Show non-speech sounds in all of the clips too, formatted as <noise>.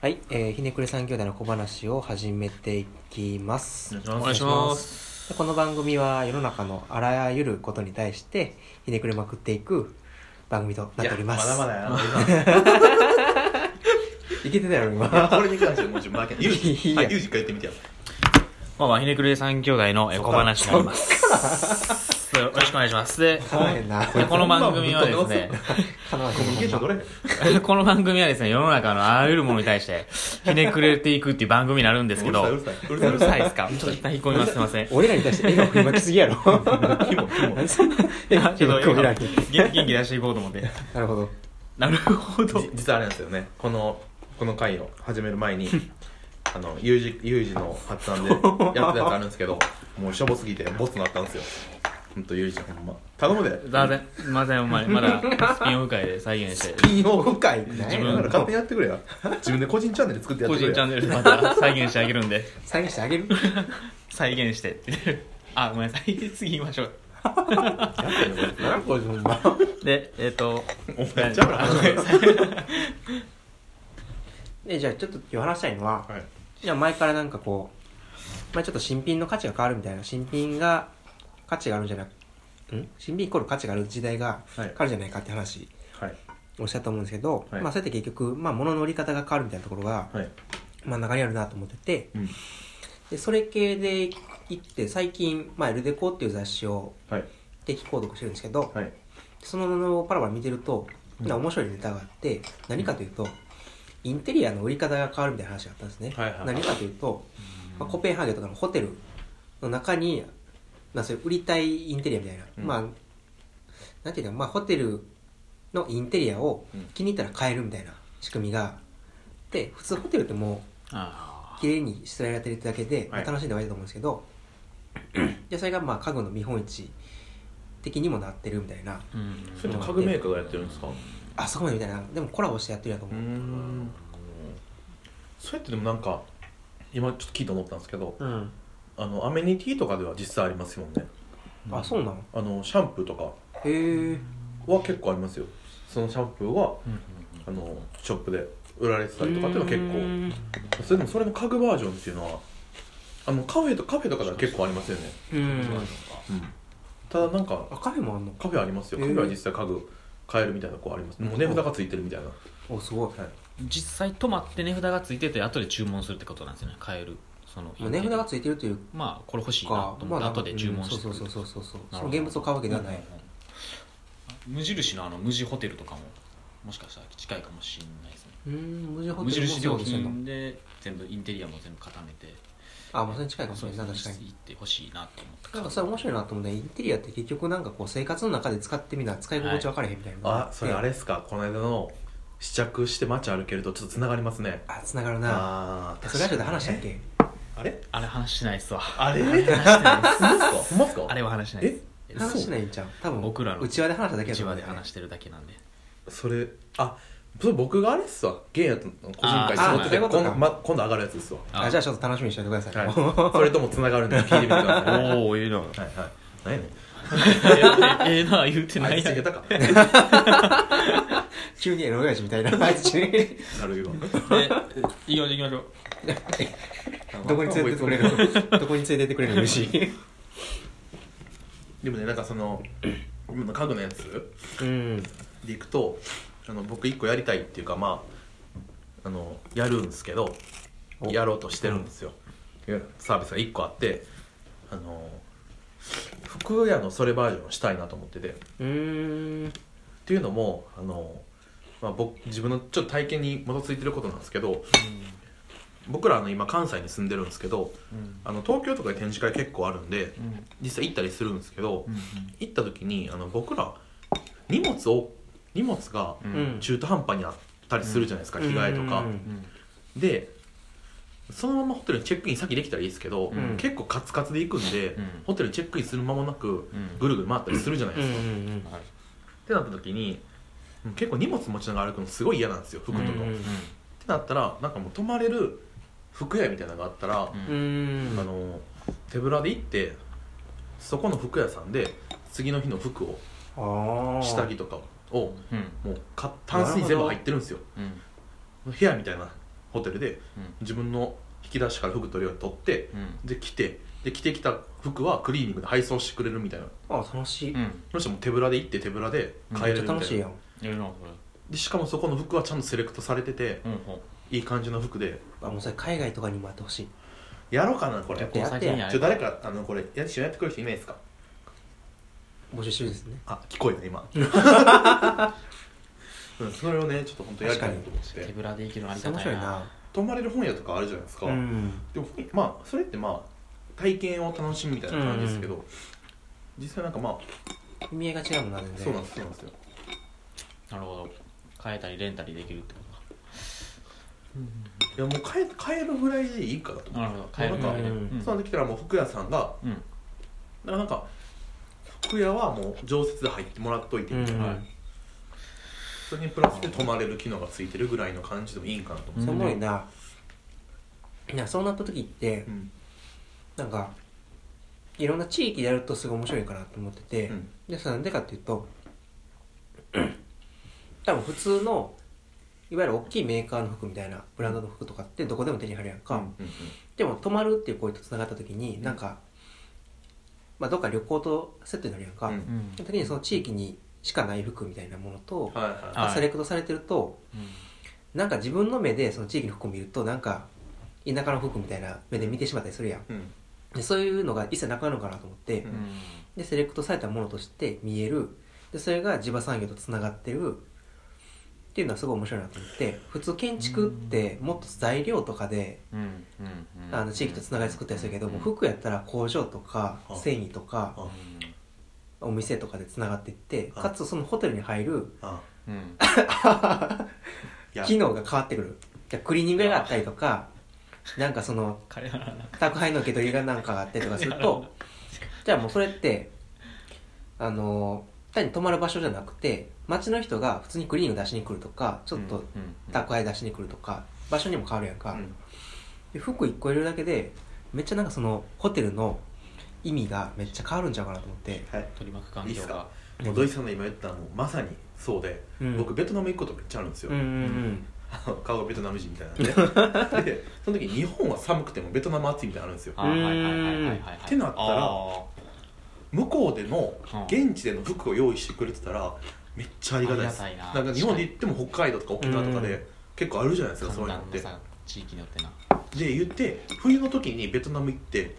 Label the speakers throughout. Speaker 1: はい、えーひねくれ三兄弟の小話を始めていきます。
Speaker 2: お
Speaker 3: お
Speaker 2: 願
Speaker 3: 願
Speaker 2: い
Speaker 3: い
Speaker 2: し
Speaker 3: し
Speaker 2: ま。
Speaker 3: ます
Speaker 1: この番組は世の中のあらゆることに対してひねくれまくっていく番組となっております。
Speaker 3: いやまだまだや
Speaker 1: いけてたよ、今。
Speaker 3: な。
Speaker 1: は
Speaker 3: これに関してはもうちょっと負けない。ユー
Speaker 1: い
Speaker 3: ジ、
Speaker 1: や
Speaker 3: はい、ユージ一回言ってみてよ。
Speaker 2: まあまあ、ひねくれ三兄弟のえー小話になります。よろしくお願いします。で、
Speaker 1: かわいいな
Speaker 2: でこの番組はですね、
Speaker 1: な
Speaker 3: コミュニケーション取れ
Speaker 2: この番組はですね、世の中のあらゆるものに対して、ひねくれていくっていう番組になるんですけど、
Speaker 3: うるさいうるさいうう
Speaker 2: る
Speaker 3: る
Speaker 2: さ
Speaker 3: さ
Speaker 2: い
Speaker 3: い
Speaker 2: ですかちょっと一旦引っ込みます。すいません。
Speaker 1: 俺らに対して笑顔振りまきすぎやろ。
Speaker 3: キモ、キモ。
Speaker 1: 笑
Speaker 2: ちょっと
Speaker 1: 顔振り
Speaker 2: 今
Speaker 1: まき
Speaker 2: 元気に出していこうと思って。
Speaker 1: なるほど。
Speaker 2: なるほど。
Speaker 3: じ実はあれなんですよね。この、この回を始め
Speaker 1: <laughs>
Speaker 3: る前に、あの、ユージ、ユージの発案でやってたやつあるんですけど、もうしょぼすぎてボツになったんですよ。ほんと、ユージ、ほんま。頼むで。
Speaker 2: すいません、すいません、お前、まだスピンオフ会で再現して、
Speaker 3: 金曜公開。
Speaker 1: 自
Speaker 3: 自
Speaker 1: 分
Speaker 3: 分から勝手にやってくれや。自分で個人チャンネル作ってやっ
Speaker 2: 個
Speaker 3: てくれ
Speaker 2: 人
Speaker 3: や。
Speaker 2: チャンネルでまた再現してあげるんで、
Speaker 1: 再現してあげる
Speaker 2: 再現してって言って。あ、ごめんなさい、次行きましょう。
Speaker 3: やってよこ
Speaker 1: これほんま。
Speaker 2: で、えっ、と、
Speaker 3: れお前、ちゃうな。
Speaker 1: え、じゃあちょっと今日話したいのは、
Speaker 3: はい
Speaker 1: じゃあ前からなんかこう、まあちょっと新品の価値が変わるみたいな、新品が価値があるんじゃなく、ん新品イコール価値がある時代が
Speaker 3: は
Speaker 1: 変
Speaker 3: い
Speaker 1: わるじゃないかって話
Speaker 3: はい。
Speaker 1: をしたと思うんですけど、
Speaker 3: はい
Speaker 1: まあそうやって結局、まあ物の売り方が変わるみたいなところが、
Speaker 3: はい。
Speaker 1: まあ中にあるなと思ってて、
Speaker 3: うん。
Speaker 1: で、それ系で行って最近、まあエルデコっていう雑誌を
Speaker 3: はい。
Speaker 1: 定期購読してるんですけど、
Speaker 3: はい。
Speaker 1: そのものをパラパラ見てると、なんか面白いネタがあって、何かというと、インテリアの売り方が変わるみたいな話があったんですね。
Speaker 3: はいはい
Speaker 1: 何かというと、まあ、コペンハーゲンとかのホテルの中に、まあ、そういう売りたいインテリアみたいな、
Speaker 3: うん
Speaker 1: まあ、なんていうか、まあ、ホテルのインテリアを
Speaker 3: うん
Speaker 1: 気に入ったら買えるみたいな仕組みが、で、普通ホテルっても
Speaker 2: あ
Speaker 1: う、綺麗にしつらえられてるだけで、
Speaker 3: はい
Speaker 1: 楽しんで終わりだと思うんですけど、 <clears throat> でそれがまあ家具の見本市的にもなってるみたいな。
Speaker 2: ーうん。
Speaker 3: それって家具メーカーがやってるんですか
Speaker 1: あそこまでみたいなでもコラボしてやってるやと
Speaker 3: う
Speaker 1: 思う、
Speaker 3: んそれってでもなんか今ちょっと聞いて思ったんですけど
Speaker 1: うん、
Speaker 3: あのアメニティとかでは実際ありますもんね
Speaker 1: あそうなの
Speaker 3: あのシャンプーとか
Speaker 1: へえ
Speaker 3: は結構ありますよそのシャンプーは
Speaker 2: うん
Speaker 3: あのショップで売られてたりとかっていうのは
Speaker 1: 結
Speaker 3: 結構それでもそれの家具バージョンっていうのはあのカフェとカフェとかでは結構ありますよね、
Speaker 1: 構うん
Speaker 3: ただなんか
Speaker 1: あカフェもあんの
Speaker 3: カフェありますよカフェは実際家具買えるみたいなとこありますもう値札がついてるみたいな、は
Speaker 1: おすごい
Speaker 3: い、
Speaker 2: 実際泊まって値札がついてて後で注文するってことなんですよね買えるその
Speaker 1: まあ値札が
Speaker 2: い
Speaker 1: ついてるという
Speaker 2: まあこれ欲しいな
Speaker 1: か
Speaker 2: と思って後で注文して
Speaker 1: うんそうそうそうそうそう
Speaker 2: な
Speaker 1: その
Speaker 2: るほど
Speaker 1: 現物を買うわけではない、
Speaker 2: うんうんうん無印のあの無地ホテルとかももしかしたら近いかもしれないですね
Speaker 1: うん、無印ホ
Speaker 2: 無
Speaker 1: テルも
Speaker 2: 印
Speaker 1: そう
Speaker 2: 良
Speaker 1: ですね
Speaker 2: 品で全部インテリアも全部固めて
Speaker 1: あまあそれに近いかもし
Speaker 2: そ
Speaker 1: れ
Speaker 2: う
Speaker 1: な
Speaker 2: で
Speaker 1: い
Speaker 2: す
Speaker 1: な
Speaker 2: ね
Speaker 1: 確かに
Speaker 2: 行ってほしいなと思って
Speaker 1: なんかそれ面白いなと思うねインテリアって結局なんかこう生活の中で使ってみな使い心地分からへんみたいなのが
Speaker 3: あ
Speaker 1: って
Speaker 3: それあれですかこの間の試着して街歩けるとちょっとつながりますね
Speaker 1: あつながるな
Speaker 3: ああ
Speaker 1: それラジオで話したっけ
Speaker 3: あれ
Speaker 2: あれ話しないっすわ
Speaker 3: あれ <laughs>
Speaker 2: あれ話してないっす
Speaker 3: ほんまっすかほんまっすか
Speaker 2: あれは話しないっす
Speaker 3: え
Speaker 2: そう
Speaker 1: 話しないんちゃう多分
Speaker 2: 僕らの
Speaker 1: うちわで話しただけや
Speaker 2: 一
Speaker 1: と思
Speaker 2: 話
Speaker 1: う
Speaker 2: で
Speaker 1: ね
Speaker 2: 話してるだけなんで
Speaker 3: それあそれ僕があれっすわゲイやと個人会
Speaker 2: あー
Speaker 3: 誘ってて
Speaker 1: あーそういうことか
Speaker 3: 今,、ま、今度上がるやつですわ、
Speaker 1: あじゃあちょっと楽しみにしておいてください、
Speaker 3: はい、それともつながるんで聞いてみてくださいはい
Speaker 2: おおいいな
Speaker 3: はい何やねん
Speaker 2: ええな言うて
Speaker 3: あ
Speaker 2: ないい
Speaker 3: つ
Speaker 2: や
Speaker 3: いけ
Speaker 2: ん
Speaker 1: <laughs>
Speaker 3: たか
Speaker 1: 急にエロ親父みたいなあいつ急に
Speaker 3: なるほ
Speaker 2: で行きましょう行きましょう
Speaker 3: ど
Speaker 1: どこに連れてってくれるのどこに連れてってくれるのし
Speaker 3: でもねなんかその今の家具のやつ
Speaker 1: うん
Speaker 3: でいくとあの僕一個やりたいっていうかまああのやるんですけど
Speaker 1: お
Speaker 3: やろうとしてるんですよ、サービスが一個あってあの服屋のそれバージョンをしたいなと思っててっ
Speaker 1: うん
Speaker 3: ていうのもあの、まあ、僕自分のちょっと体験に基づいてることなんですけど僕らあの今関西に住んでるんですけどあの東京とかで展示会結構あるんで実際行ったりするんですけど行った時にあの僕ら荷物を荷物が
Speaker 1: うん
Speaker 3: 中途半端にあったりするじゃないですか、着替えとか、
Speaker 1: うん
Speaker 3: でそのままホテルにチェックイン先できたらいいですけど、
Speaker 2: うん
Speaker 3: 結構カツカツで行くんで、
Speaker 2: うん
Speaker 3: ホテルにチェックインする間もなく
Speaker 2: うん
Speaker 3: ぐるぐる回ったりするじゃないうですか、っ
Speaker 1: ん
Speaker 3: てなった時に結構荷物持ちながら歩くのすごい嫌なんですよ服とか、
Speaker 1: うん
Speaker 3: ってなったらなんかもう泊まれる服屋みたいなのがあったら、
Speaker 1: うんうん
Speaker 3: あの手ぶらで行ってそこの服屋さんで次の日の服を
Speaker 1: あー
Speaker 3: 下着とかをもう買っタンスに全部入ってるんですよ部屋みたいなホテルで
Speaker 2: うん
Speaker 3: 自分の引き出しから服取るように取って
Speaker 2: うん
Speaker 3: で着てで着てきた服はクリーニングで配送してくれるみたいな
Speaker 1: あ楽しい、
Speaker 2: うん
Speaker 3: その人も手ぶらで行って手ぶらで帰
Speaker 1: め
Speaker 3: れ
Speaker 1: っち
Speaker 3: るみ
Speaker 1: ゃ
Speaker 3: たいな
Speaker 1: 楽しいやん
Speaker 2: やるなこ
Speaker 3: でしかもそこの服はちゃんとセレクトされてて
Speaker 2: れうんほ
Speaker 3: いい感じの服で
Speaker 1: あもうそれ海外とかにもやってほしい
Speaker 3: やろうかなこれ
Speaker 2: う
Speaker 1: ってやって
Speaker 2: 旅行先にあ
Speaker 3: ちょ
Speaker 2: る
Speaker 3: 誰かあのこれや一緒にやってくれる人いないですか
Speaker 1: 募集してるんですね
Speaker 3: あ聞こえ
Speaker 1: <laughs>
Speaker 3: た今 <laughs> うんそれをねちょっと本当やりたいなと思っ
Speaker 2: 手
Speaker 3: て
Speaker 2: ぶらで行けるのありが
Speaker 1: 面
Speaker 2: た
Speaker 1: 白
Speaker 2: い
Speaker 1: い
Speaker 2: な
Speaker 1: な
Speaker 3: 泊まれる本屋とかあるじゃないですか、
Speaker 1: うん
Speaker 3: でもまあそれってまあ体験を楽しむみたいな感じですけど、実際なんかまあ
Speaker 1: 意味合いが違うもんな全然
Speaker 3: そうなんですそうなんですよ
Speaker 2: なるほど変えたりレンタりできるってこ
Speaker 3: いやもう変え変えるぐらいでいいかなと
Speaker 2: と
Speaker 3: 思
Speaker 2: かなるほど変え
Speaker 3: な
Speaker 2: る
Speaker 3: ん
Speaker 2: の
Speaker 3: か
Speaker 2: ねう
Speaker 1: うん
Speaker 2: ん
Speaker 3: そうなってきたらもう服屋さんが
Speaker 2: うん
Speaker 3: だからなんか服屋はもう常設で入ってもらっといてみたいな、
Speaker 2: はい
Speaker 3: それにプラスで泊まれる機能がついてるぐらいの感じでもいいんかなと思
Speaker 1: うん、そのいな、いやそうなった時って
Speaker 3: う、うん
Speaker 1: なんかいろんな地域でやるとすごい面白いかなと思ってて、
Speaker 3: うん
Speaker 1: でそれなんでかっていうと <clears throat> 多分普通のいわゆる大きいメーカーの服みたいなブランドの服とかってどこでも手に入るやんか、
Speaker 3: うんうん
Speaker 1: でも泊まるっていう声とつながった時に、なんか、まあ、どっか旅行とセットになるやんか、
Speaker 3: う
Speaker 2: うんん
Speaker 1: 時にその地域にしかない服みたいなものと、
Speaker 3: はい
Speaker 2: あ
Speaker 3: は
Speaker 1: セレクトされてると
Speaker 2: うん
Speaker 1: なんか自分の目でその地域の服を見るとなんか田舎の服みたいな目で見てしまったりするやん
Speaker 3: いうん
Speaker 1: でそういうのが一切なくなるのかなと思って、
Speaker 3: うん
Speaker 2: うん
Speaker 1: でセレクトされたものとして見えるでそれが地場産業とつながってるっていうのはすごい面白いなと思って普通建築ってもっと材料とかで、
Speaker 2: うんうん
Speaker 1: あの地域とつながり作ったりするけど、もう服やったら工場とか
Speaker 3: あ
Speaker 1: 繊維とか
Speaker 3: あ
Speaker 1: お店とかでつながっていって
Speaker 3: あ
Speaker 1: かつそのホテルに入る
Speaker 3: あ
Speaker 2: うんうん
Speaker 3: いや
Speaker 1: 機能が変わってくるいやクリーニング屋があったりとかなんかその
Speaker 2: 彼らなんか
Speaker 1: 宅配の受け取りがなんかがあったりとかするとじゃあもうそれってあの単に泊まる場所じゃなくて街の人が普通にクリーニング出しに来るとかちょっと
Speaker 2: うんうんうん
Speaker 1: 宅配出しに来るとか場所にも変わるやんか、
Speaker 3: うん
Speaker 1: で服1個入れるだけでめっちゃなんかそのホテルの意味がめっちゃ変わるんちゃうかなと思って
Speaker 3: はい
Speaker 2: 取り巻く環
Speaker 3: いいっ
Speaker 2: 境
Speaker 3: すか
Speaker 2: が
Speaker 3: もう土井さんの今言ったのもまさにそうで、
Speaker 1: うん
Speaker 3: 僕ベトナム行くことめっちゃあるんですよ、
Speaker 1: うんうん
Speaker 3: あの <laughs> 顔がベトナム人みたいなん
Speaker 1: <laughs>
Speaker 3: ででその時日本は寒くてもベトナム暑いみたいなのあるんですよ
Speaker 2: あはいはいはいはいはいはい
Speaker 3: ってなったら
Speaker 2: あ
Speaker 3: 向こうでの
Speaker 2: うん
Speaker 3: 現地での服を用意してくれてたらめっちゃありがたいです
Speaker 2: ありがたい
Speaker 3: な
Speaker 2: な
Speaker 3: か
Speaker 2: ん
Speaker 3: 日本で行っても北海道とか沖縄とか
Speaker 1: うん
Speaker 3: で結構あるじゃないです
Speaker 2: ー
Speaker 3: かそういうのっ
Speaker 2: 寒暖の
Speaker 3: て
Speaker 2: さ地域によってな
Speaker 3: で言って冬の時にベトナム行って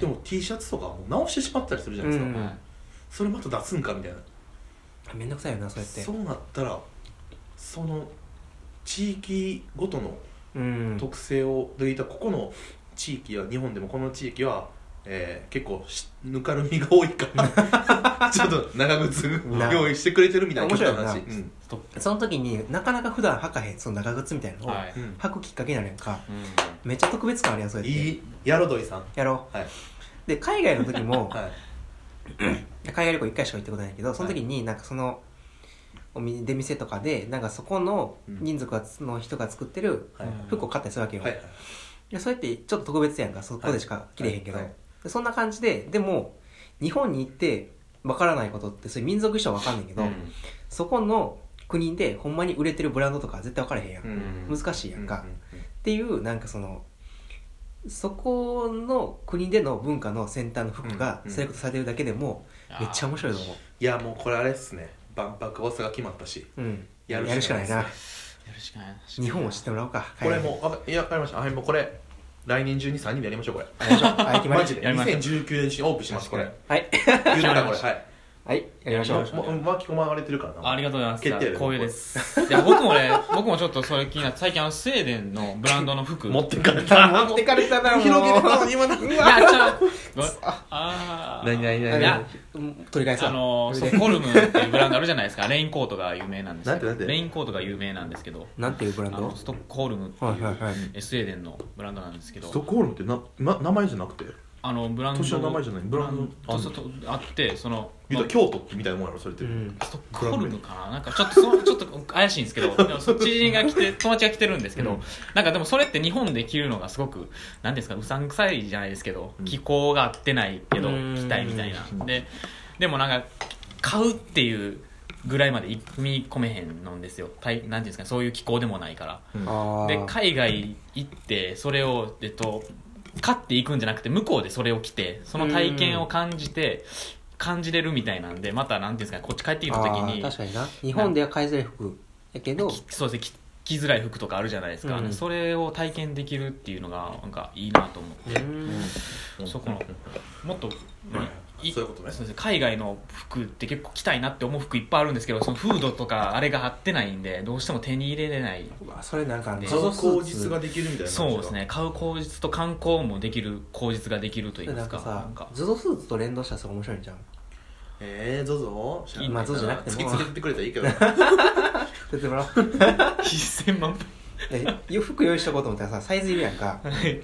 Speaker 3: でも T シャツとかもう直してしまったりするじゃないですか、
Speaker 1: うん
Speaker 2: はい
Speaker 3: それまた出すんかみたいな
Speaker 1: うんめんどくさいよなそうやって
Speaker 3: そうなったらその地域ごとの
Speaker 1: うん
Speaker 3: 特性を抜いたここの地域は日本でもこの地域は、えー結構しぬかるみが多いか
Speaker 1: <laughs>
Speaker 3: らちょっと長靴
Speaker 1: な
Speaker 3: 用意してくれてるみたいな
Speaker 1: 面白いな
Speaker 3: 話、うん
Speaker 2: ストップ
Speaker 1: その時になかなか普段履かへんその長靴みたいなのを
Speaker 2: はい
Speaker 3: うん
Speaker 1: 履くきっかけになるやんか
Speaker 2: う
Speaker 1: めっちゃ特別感あるやんそうやっ
Speaker 3: い
Speaker 1: て
Speaker 3: いやろどいさん
Speaker 1: やろ
Speaker 3: はいう
Speaker 1: で海外の時も
Speaker 3: はい
Speaker 1: 海外旅行1回しか行ったことないけどその時になんかそのおみ出店とかでなんかそこの
Speaker 3: うん
Speaker 1: 人数がの人が作ってる
Speaker 3: はい
Speaker 2: うん
Speaker 1: 服を買ったりするわけよ、
Speaker 3: はいはい
Speaker 1: でそうやってちょっと特別やんかそこでしか着れへんけど、
Speaker 3: はいはい
Speaker 1: でそんな感じででも日本に行ってわからないことってそういう民族衣装わかんないけど、
Speaker 2: ん
Speaker 1: そこの国でほんまに売れてるブランドとか絶対わからへんやん、
Speaker 3: うん
Speaker 1: 難しいやんか、
Speaker 3: う
Speaker 1: っていうなんかそのそこの国での文化の先端の服が
Speaker 3: うん
Speaker 1: セレクトされてるだけでもめっちゃ面白いと思
Speaker 3: いやもうこれあれっすね万博大阪決まったし
Speaker 1: う、うん、
Speaker 3: やるしか
Speaker 1: やるしかないな
Speaker 2: やるしかない
Speaker 1: 日本を知ってもらおうか
Speaker 3: これもうわかいやわかりましたはいもうこれ来年中に3人でやりましょうこれ
Speaker 1: はいやりましょうはい決まり
Speaker 3: マジで
Speaker 2: やりましょう
Speaker 3: 2019年中にオープンしますこれ
Speaker 1: はい
Speaker 3: 言うたらこれはい
Speaker 1: はいやりましょう
Speaker 3: もうもう巻き込まれてるからな
Speaker 2: ありがとうございます
Speaker 3: 決定だよ
Speaker 2: 光栄 <laughs> ですいや僕もね僕もちょっとそれ気になって最近あのスウェーデンのブランドの服
Speaker 3: <laughs> 持ってかれた
Speaker 1: 持ってかれたなもう
Speaker 3: 広げる
Speaker 1: た
Speaker 3: と今な
Speaker 2: やっちゃう
Speaker 1: <laughs>
Speaker 2: ごめんあー
Speaker 3: 何何何
Speaker 2: いや
Speaker 1: 取り返そう
Speaker 2: あの
Speaker 1: そ
Speaker 2: そ
Speaker 1: れ
Speaker 2: う
Speaker 1: で
Speaker 2: コルムっていうブランドあるじゃないですかレインコートが有名なんですけ
Speaker 3: なんて
Speaker 2: ど
Speaker 3: なんて
Speaker 2: レインコートが有名なんですけど
Speaker 1: なんていうブラ
Speaker 2: あ
Speaker 1: ンド
Speaker 2: のストックコルムっていう、
Speaker 1: はいはいはい
Speaker 2: えスウェーデンのブランドなんですけ
Speaker 3: スト
Speaker 2: ど
Speaker 3: ックホルムってな、ま、名前じゃなくて
Speaker 2: あのブランド
Speaker 3: 都市の名前じゃないブランド
Speaker 2: ととあってその、
Speaker 3: 言う
Speaker 2: ま
Speaker 3: たら京都みたいなもんやろそれって、
Speaker 1: うん
Speaker 2: あストックホルムかななんかちょっとそちょっと怪しいんですけどでもそっち人が来て <laughs> 友達が来てるんですけ
Speaker 1: う
Speaker 2: ど、
Speaker 1: ん
Speaker 2: なんかでもそれって日本で着るのがすごくなんていうんですかうさんくさいじゃないですけど、
Speaker 3: うん
Speaker 2: 気候が合ってないけど
Speaker 1: うん
Speaker 2: 着たいみたいなででもなんか買うっていうぐらいまでい踏み込めへんのんですよたいなんていうんですかねそういう気候でもないから
Speaker 3: うん
Speaker 1: あ
Speaker 2: で海外行ってそれをえっと勝っていくんじゃなくて向こうでそれを着てその体験を感じて感じれるみたいなんでまたなんていうんですかねこっち帰ってきた時
Speaker 1: あ
Speaker 2: に
Speaker 1: ー確かにな日本では買いづらい服やけど
Speaker 2: きそうですね着着づらい服とかあるじゃないですか、
Speaker 1: うん
Speaker 2: それを体験できるっていうのがなんかいいなと思って、
Speaker 3: うん
Speaker 2: そこのもっと、
Speaker 3: いそういうことね
Speaker 2: そうです海外の服って結構着たいなって思う服いっぱいあるんですけどそのフードとかあれが貼ってないんでどうしても手に入れれないう
Speaker 1: わそれなんか
Speaker 2: ね
Speaker 3: その口
Speaker 1: スーツ
Speaker 3: 実ができるみたいな
Speaker 2: そうですね買う口実と観光もできる口実ができるといいま
Speaker 1: な
Speaker 2: す
Speaker 1: ん
Speaker 2: か
Speaker 1: かさ
Speaker 2: なんか
Speaker 1: ゾゾスーツと連動したらそれ面白いんじゃん
Speaker 3: えー、ゾゾ
Speaker 2: いいねまあゾ
Speaker 1: ゾじゃなくても
Speaker 3: 突きつけてくれたらいいけど
Speaker 1: 出てもらおう
Speaker 2: 1000万 <laughs>
Speaker 1: え服用意しとこうと思ったらさサイズいるやんか
Speaker 2: はい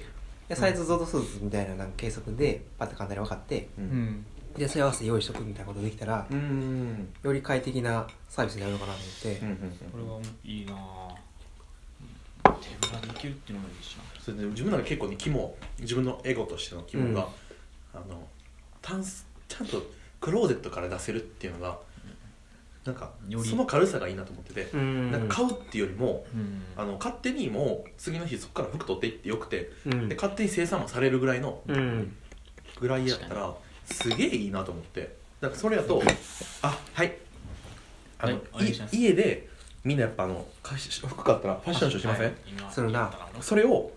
Speaker 1: でサイズゾゾスーツみたいななんか計測でパッて簡単に分かって
Speaker 3: う
Speaker 2: うんん
Speaker 1: でそれ合わせて用意しとくみたいなことできたら
Speaker 3: うんうん
Speaker 1: より快適なサービスになるのかなと思って、
Speaker 3: うん
Speaker 2: これはいいなぁ手ぶらできるっていうのもいいしな
Speaker 3: それで自分なんか結構ね肝自分のエゴとしての肝が、あのタンスちゃんとクローゼットから出せるっていうのがなんか
Speaker 2: より
Speaker 3: その軽さがいいなと思ってて、
Speaker 1: うん
Speaker 3: なんか買うっていうよりも
Speaker 2: うん
Speaker 3: あの勝手にもう次の日そこから服取っていってよくて、
Speaker 1: うん
Speaker 3: で勝手に生産もされるぐらいの
Speaker 1: うん
Speaker 3: ぐらいやったらすげえいいなと思ってだからそれやとあはいあの、
Speaker 2: はいお願いします
Speaker 3: い家でみんなやっぱあのかし服買ったらファッションショーしません、
Speaker 2: はい今
Speaker 1: するな
Speaker 3: それを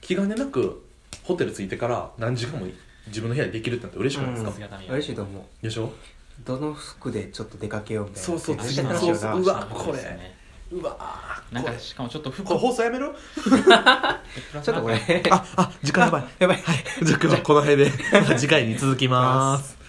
Speaker 3: 気兼ねなくホテル着いてから何時間も自分の部屋でできるってなって嬉しくないですか、
Speaker 2: さすがだね
Speaker 1: 嬉しいと思う
Speaker 3: でしょ
Speaker 1: どの服でちょっと出かけようみたいな
Speaker 3: そうそう
Speaker 1: 絶対楽しいよな
Speaker 3: そうそううわこれ
Speaker 2: そうですね
Speaker 3: うわー
Speaker 2: なん
Speaker 3: こ
Speaker 2: か
Speaker 3: れ
Speaker 2: しかもちょっと服
Speaker 3: これ放送やめろ
Speaker 1: ちょっとこれ
Speaker 3: ああ時間やばい
Speaker 1: <laughs>
Speaker 2: <laughs>
Speaker 1: やばい
Speaker 3: じゃあ今日はこの辺で次回に続きます